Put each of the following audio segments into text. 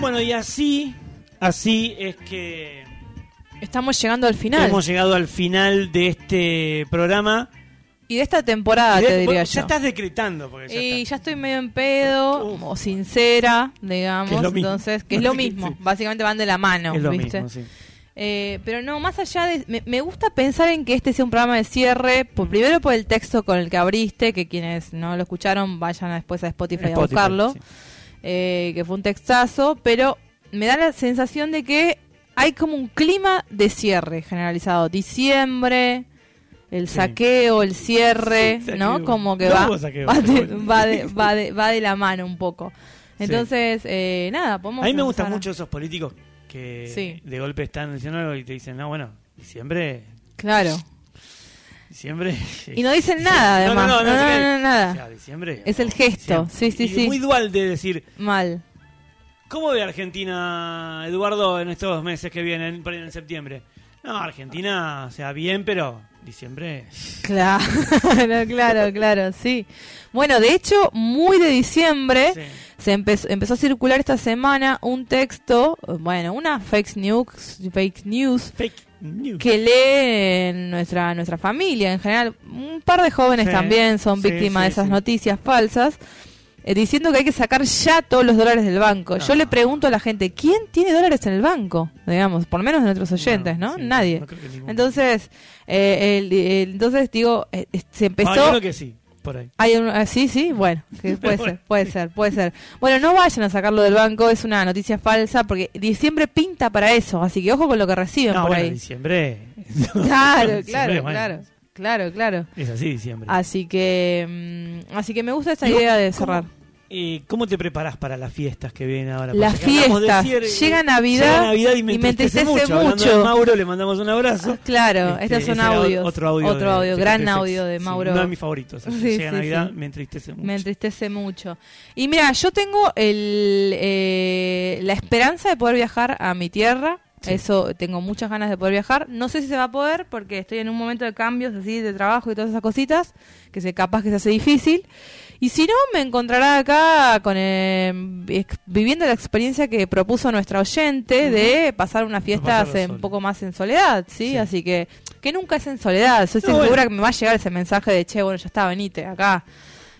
Bueno, y así, así es que Estamos llegando al final. hemos llegado al final de este programa. Y de esta temporada, Ya- Ah, te diría vos- ya yo. estás decretando. Porque ya y está. ya estoy medio en pedo, Uf. o sincera, digamos. Que es lo mismo. entonces, que es lo Sí. mismo. Básicamente van de la mano, es lo ¿viste? mismo, sí. Eh, pero no, más allá de... Me, me gusta pensar en que este sea un programa de cierre, por, primero por el texto con el que abriste, que quienes no lo escucharon vayan a- después a Spotify, a Spotify, buscarlo, sí. eh, que fue un textazo, pero me da la sensación de que hay como un clima de cierre generalizado. Diciembre, el Sí. saqueo, el cierre, Sí, ¿no? saqueo. Como que No va, hubo saqueo, va, pero de, bueno. va de- va de- va de la mano un poco. Sí. Entonces, eh, nada, podemos... A mí me gustan empezar mucho esos políticos que Sí. de golpe están diciendo algo y te dicen, no, bueno, diciembre, Claro. diciembre... Y no dicen nada, No, además. no, no, no, no, sí. no, no, nada. O sea, diciembre... Es el gesto, sí, sí, Y sí. muy dual de decir, Mal. ¿Cómo ve Argentina, Eduardo, en estos meses que vienen, por ahí en septiembre? No, Argentina, o sea, bien, pero diciembre. Claro, claro, claro, sí. Bueno, de hecho, muy de diciembre Sí. se empezó, empezó a circular esta semana un texto, bueno, una fake news, fake news Fake news. que lee nuestra nuestra familia en general, un par de jóvenes Sí, también son sí, víctimas sí, de esas sí. noticias falsas. eh, Diciendo que hay que sacar ya todos los dólares del banco. Yo No. le pregunto a la gente, ¿quién tiene dólares en el banco? Digamos, por lo menos de nuestros oyentes, ¿no? sí, Nadie. no creo que ninguno. Entonces, eh, el- el- entonces digo, eh, eh, Ah, yo se empezó. creo que sí, por ahí. Hay un- ah, sí, sí, bueno, que puede ser, puede ser, puede ser. Bueno, no vayan a sacarlo del banco, es una noticia falsa porque diciembre pinta para eso, así que ojo con lo que reciben No, por bueno, ahí. diciembre. Claro, Diciembre, claro, bueno, claro, claro, claro. Es así, diciembre. Así que, mm, así que me gusta esta Digo, idea de ¿cómo- cerrar. eh, ¿Cómo te preparás para las fiestas que vienen ahora? Las Porque acabamos de fiestas, eh, llega Navidad llega Navidad y me y me entristece entristece mucho. Hablando de mucho. Ah, Mauro, le mandamos un abrazo. Claro, Este, estos son ese era audios. Otro audio. Otro de- audio, de gran Tetefex. audio de Sí, Mauro. uno de mis favoritos. Sí, llega sí, Navidad, sí. me entristece mucho. Me entristece mucho. Y mira, yo tengo el, eh, la esperanza de poder viajar a mi tierra. Sí. Eso, tengo muchas ganas de poder viajar. No sé si se va a poder porque estoy en un momento de cambios así de trabajo y todas esas cositas, que se, capaz que se hace difícil. Y si no, me encontrará acá con eh, ex- viviendo la experiencia que propuso nuestra oyente de pasar unas fiestas pasarla eh, un sola. poco más en soledad, ¿sí? Sí. Así que, que nunca es en soledad. Soy No, segura bueno. que me va a llegar ese mensaje de, che, bueno, ya está, venite acá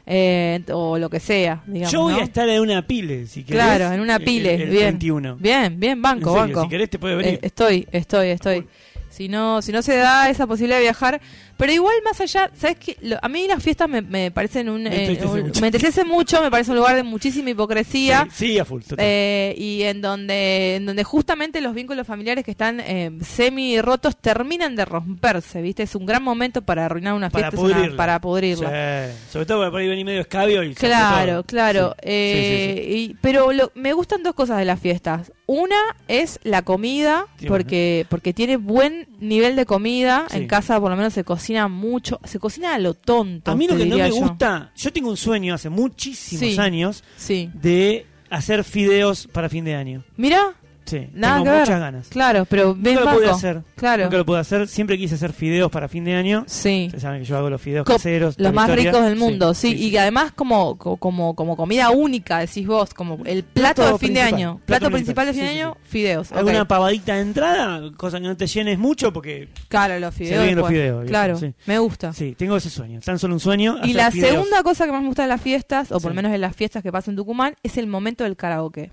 eh, o lo que sea, digamos. Yo voy ¿no? a estar en una pile, si querés. claro, en una el- pile, El, bien. 21. Bien, bien, En banco, serio, banco. Si querés te puede Eh, venir. estoy, estoy, estoy. Si no, si no se da esa posibilidad de viajar, pero igual más allá, ¿sabes qué? Lo- a mí las fiestas me, me parecen un, Me eh, entristece un- mucho. me entristece mucho, me parece un lugar de muchísima hipocresía. sí, sí, a full. total. ah. Eh, y en donde, en donde justamente los vínculos familiares que están eh, semi rotos terminan de romperse, ¿viste? Es un gran momento para arruinar una para fiesta, es una- pudrirla. para pudrirla. Sí. Sobre todo porque por ahí venís medio escabio y se hace Claro, todo. claro. Sí. Eh, y- pero lo- me gustan dos cosas de las fiestas. Una es la comida, Sí, porque porque tiene buen nivel de comida. Sí. En casa por lo menos se cocina mucho. Se cocina a lo tonto. A mí lo te que no diría me yo. gusta, yo tengo un sueño hace muchísimos Sí. años Sí. de hacer fideos para fin de año. Mira, Sí, Nada tengo que ver. muchas ganas. claro, pero ven Nunca lo banco. pude hacer. Claro. Nunca lo pude hacer. Siempre quise hacer fideos para fin de año. Sí. Ustedes saben que yo hago los fideos Co- caseros. Los por más historia. ricos del mundo, sí, sí, y que además como, co- como, como comida única, decís vos, como el Plato plato, de fin de principal. año. Plato Plato principal. principal de fin de Sí, sí, año, fideos. ok. Alguna pavadita de entrada, cosa que no te llenes mucho porque Claro, los fideos. ven los bueno, fideos, bien, claro, sí. me gusta. Sí, tengo ese sueño, tan solo un sueño. Y hacer la fideos. segunda cosa que más me gusta de las fiestas, o por lo Sí. menos de las fiestas que pasan en Tucumán, es el momento del karaoke.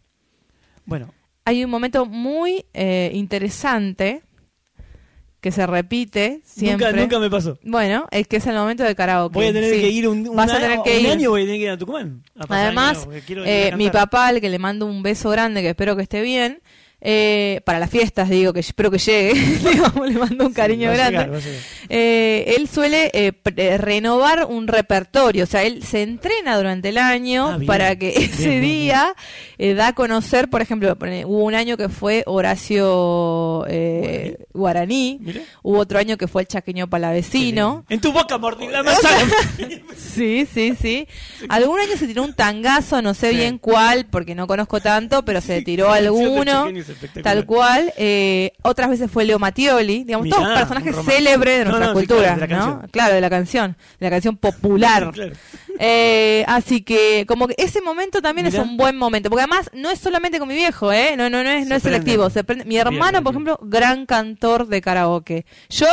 Bueno, Hay un momento muy eh, interesante que se repite siempre. nunca, nunca me pasó. Bueno, es que es el momento del karaoke. Voy a tener sí. que ir un, un Vas a año- tener que un ir. año, voy a tener que ir a Tucumán. a pasar Además, año, porque quiero eh, ir a mi cantar. papá, al que le mando un beso grande, que espero que esté bien, eh, para las fiestas, digo, que espero que llegue, digamos, le mando un Sí, cariño va a grande. llegar, va a llegar. Eh, él suele eh, pre- eh, renovar un repertorio, o sea, él se entrena durante el año Ah, bien. para que ese bien, bien. día eh, da a conocer, por ejemplo, pone- hubo un año que fue Horacio eh, Guaraní, Mirá. hubo otro año que fue el Chaqueño Palavecino. En tu boca, Martín, la manzana. Sí, sí, sí. Algún año se tiró un tangazo, no sé Sí. bien cuál, porque no conozco tanto, pero se tiró sí, el alguno. Chaqueño es espectacular. Tal cual. Eh, otras veces fue Leo Mattioli. Digamos, Mirá, todos un personajes romántico. célebres de No, nuestra no, sí, cultura. claro, de la ¿no? canción. Claro, de la canción. De la canción popular. Claro. Eh, así que como que ese momento también Mirá. es un buen momento, porque además no es solamente con mi viejo, ¿eh? no, no, no es, no Se es selectivo. prenden. Se prende- Mi Bien, hermano, bien, por bien. ejemplo, gran cantor de karaoke. Yo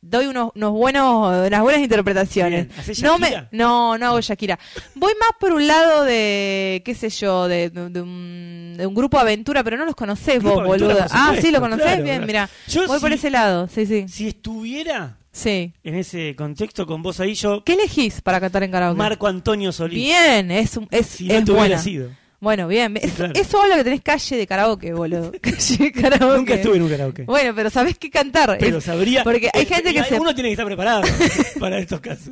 doy unos, unos buenos, unas buenas interpretaciones. Bien. ¿Hacés No, me, Shakira? no, no hago Shakira. Voy más por un lado de, qué sé yo, de, de- de un, de un grupo aventura, pero no los conocés Grupo vos, Aventura, boluda. por Ah, sí, supuesto, lo conocés, claro. bien, mira. Yo Voy por sí- ese lado, sí, sí. Si estuviera Sí. en ese contexto con vos ahí, yo ¿Qué elegís para cantar en karaoke? Marco Antonio Solís. Bien, es, un- es, si no es te hubiera buena. sido. Bueno, bien. Es- claro. Eso habla que tenés calle de karaoke, boludo. calle de karaoke. Nunca estuve en un karaoke. Bueno, pero sabés qué cantar. pero Es- sabría. porque hay eh, gente que y se- Uno tiene que estar preparado para estos casos.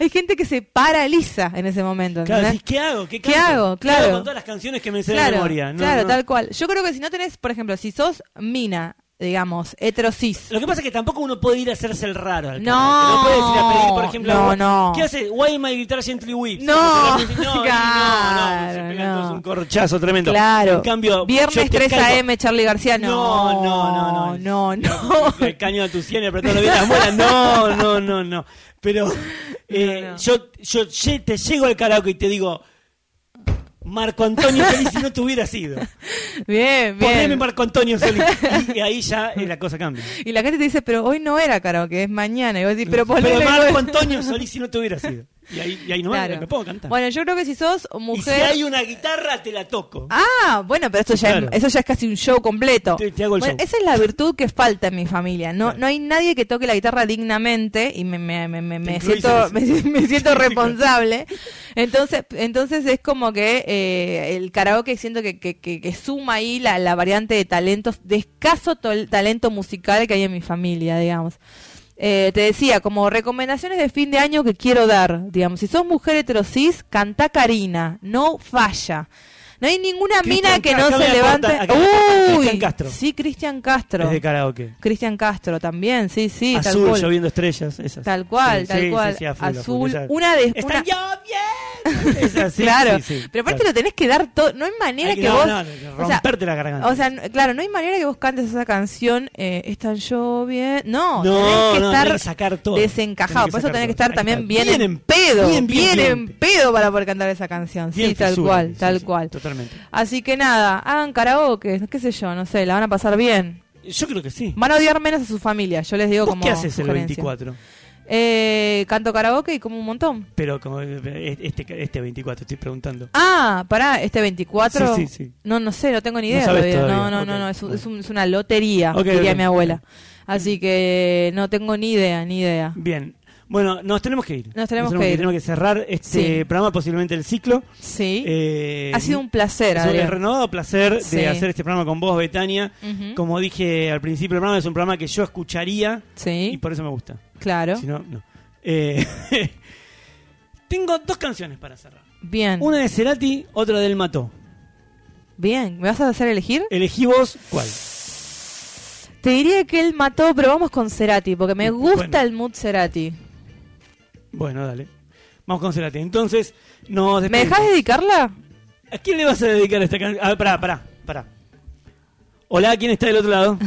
Hay gente que se paraliza en ese momento. Claro, decís, ¿entendés? ¿qué hago? ¿Qué, ¿Qué canto? hago? ¿Qué hago Claro. Con todas las canciones que me sé de claro, memoria. No, claro no. tal cual. Yo creo que si no tenés, por ejemplo, si sos mina, digamos, heterosis. Lo que pasa es que tampoco uno puede ir a hacerse el raro. Al No, karaoke. no puedes ir a pedir, por ejemplo, no, algo, no. ¿qué haces? Why my guitar gently weeps. No, no, no, no, no, se claro, pegan no. todos un corchazo tremendo. Claro. En cambio, yo Viernes te 3 caigo- a.m. Charlie García. No, No, no, no, No, no. el caño a tu sien y apretarlo bien las muelas. No, no, no, no. Pero eh, No, no. Yo, yo lle- te llego al karaoke y te digo, Marco Antonio Solís, si no te hubiera sido. Bien, bien. Poneme Marco Antonio Solís. Y ahí ya eh, la cosa cambia. Y la gente te dice, pero hoy no era karaoke, es mañana. Y vos decís, pero Pero ponele- Marco Antonio Solís, si no te hubiera sido. Y ahí, y ahí no Claro. me puedo cantar. Bueno, yo creo que si sos y si mujer. hay una guitarra, te la toco. Ah, bueno, pero esto ya, Claro. es, eso ya es casi un show completo. Te- te hago el Bueno, show. Esa es la virtud que falta en mi familia. No, Claro. no hay nadie que toque la guitarra dignamente y me, me- me- me- me incluís siento, me, en me siento responsable. Entonces, entonces es como que eh, el karaoke siento que, que- que- que suma ahí la, la variante de talentos, de escaso tol- talento musical que hay en mi familia, digamos. Eh, te decía, como recomendaciones de fin de año que quiero dar, digamos, si sos mujer heterosis, canta Karina, no falla. No hay ninguna Cristian mina que Castro, no acá se me aporta- levante. acá me aporta Uy, Cristian Castro. sí, Cristian Castro. Desde karaoke. Cristian Castro también, sí, sí, tal Azul, cual. lloviendo estrellas. Esas. Tal cual, Sí, tal sí, cual. sí, sí, a full, a full, Azul, esas. una de Está una- lloviendo. Esas, sí, claro, sí, sí, pero aparte claro. lo tenés que dar todo, no hay manera Hay que, no, vos no, no, o sea, romperte la garganta. o sea, n- claro, no hay manera que vos cantes esa canción, eh, están lloviendo. No, no, tenés que no, estar tenés que sacar todo. desencajado. Por eso tenés tenés que estar también bien, en en pedo, bien, bien, bien, en bien. pedo para poder cantar esa canción. bien sí, tal fisura, cual, sí, tal sí, cual. Totalmente. Así que nada, hagan karaoke, qué sé yo, no sé, la van a pasar bien. Yo creo que sí. Van a odiar menos a su familia, yo les digo ¿Vos como qué haces el sugerencia. 24? Eh, canto karaoke y como un montón. Pero como eh, este, este 24, estoy preguntando. Ah, pará, este 24. Sí, sí, sí. No, no sé, no tengo ni idea. No sabes No, todavía. no, no, Ok. no, es, un- es un- es una lotería, Ok, diría ok. mi abuela. Así que no tengo ni idea, ni idea. Bien. Bueno, nos tenemos que ir. Nos tenemos que ir. Tenemos que cerrar este Sí. programa, posiblemente el ciclo. Sí. Eh, ha sido un placer, es un Adrián. renovado placer Sí. ¿Mm? de hacer este programa con vos, Betania. Ujú. Como dije al principio del programa, es un programa que yo escucharía y Sí, por eso me gusta. claro. Si no, no. Eh, tengo dos canciones para cerrar. Bien. Una de Cerati, otra del Mató. Bien, ¿me vas a hacer elegir? Elegí vos cuál. Te diría que él mató, pero vamos con Cerati, porque me Bueno. gusta el mood Cerati. Bueno, dale. Vamos con Cerati. Entonces, nos ¿Me despedimos. dejas dedicarla? ¿A quién le vas a dedicar esta canción? A ver, pará, pará, pará. Hola, ¿quién está del otro lado?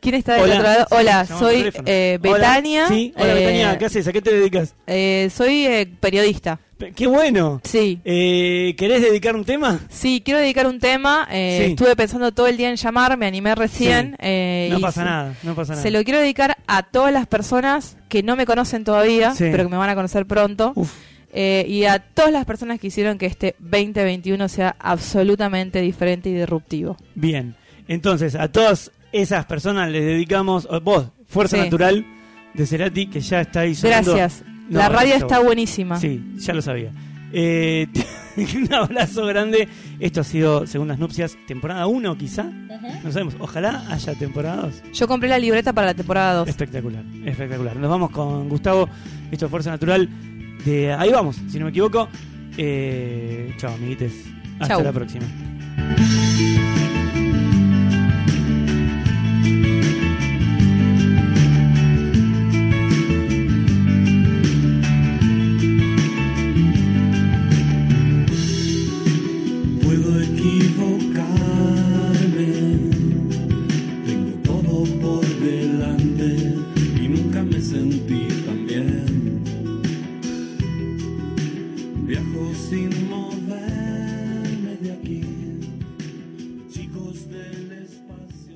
¿Quién está del Hola. otro lado? Sí, Hola, llamó por soy teléfono. eh, Hola. Betania. Sí, hola eh, Betania, ¿qué haces? ¿A qué te dedicas? eh, soy eh, periodista. Pe- ¡Qué bueno! Sí. Eh, ¿Querés dedicar un tema? Sí, quiero dedicar un tema. eh, Sí. Estuve pensando todo el día en llamar, me animé recién. Sí. eh, No y pasa se- nada, no pasa nada. Se lo quiero dedicar a todas las personas que no me conocen todavía, Sí. Uh. pero que me van a conocer pronto. Uf. eh, y a todas las personas que hicieron que este 2021 sea absolutamente diferente y disruptivo. Bien. Entonces, a todas esas personas les dedicamos, o vos, Fuerza Sí. Natural de Cerati, que ya está ahí sonando. Gracias. No, La radio gracias a está buenísima. Sí, ya lo sabía. Eh, un abrazo grande. Esto ha sido Segundas Nupcias, temporada 1 quizá. No sabemos, ojalá haya temporada 2. Yo compré la libreta para la temporada 2. Espectacular, espectacular. Nos vamos con Gustavo, esto es Fuerza Natural. De ahí vamos, si no me equivoco. Eh, chao, amiguites. Hasta Chau. la próxima. Puedo equivocarme, tengo todo por delante y nunca me sentí tan bien. espacio.